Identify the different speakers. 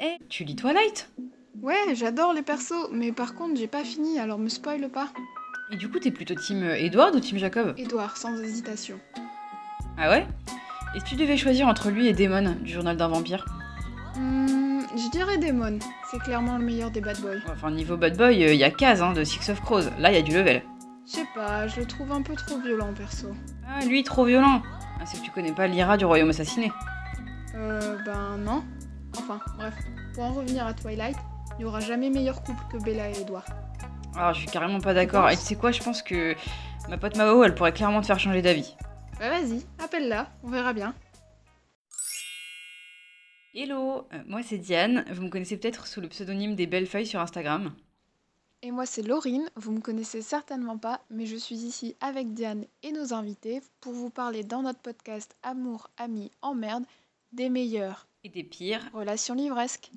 Speaker 1: Eh, tu lis Twilight
Speaker 2: Ouais, j'adore les persos, mais par contre, j'ai pas fini, alors me spoil pas.
Speaker 1: Et du coup, t'es plutôt team Edward ou team Jacob
Speaker 2: Édouard, sans hésitation.
Speaker 1: Ah ouais Et si tu devais choisir entre lui et Damon, du journal d'un vampire
Speaker 2: Hmm, je dirais Damon, c'est clairement le meilleur des bad boys.
Speaker 1: Enfin, niveau bad boy, il y a Kaz hein, de Six of Crows. Là, il y a du level.
Speaker 2: Je sais pas, je le trouve un peu trop violent perso.
Speaker 1: Ah, lui, trop violent Ah, C'est que tu connais pas l'Ira du royaume assassiné.
Speaker 2: Euh, ben non. Enfin, bref, pour en revenir à Twilight, il n'y aura jamais meilleur couple que Bella et Edward.
Speaker 1: Ah, je suis carrément pas d'accord. Et tu sais quoi, je pense que ma pote Mao, elle pourrait clairement te faire changer d'avis.
Speaker 2: Bah vas-y, appelle-la, on verra bien.
Speaker 1: Hello, euh, moi c'est Diane. Vous me connaissez peut-être sous le pseudonyme des Belles Feuilles sur Instagram.
Speaker 2: Et moi c'est Laurine, vous me connaissez certainement pas, mais je suis ici avec Diane et nos invités pour vous parler dans notre podcast Amour, Amis, Emmerde des meilleures
Speaker 1: Et des pires,
Speaker 2: relations livresques.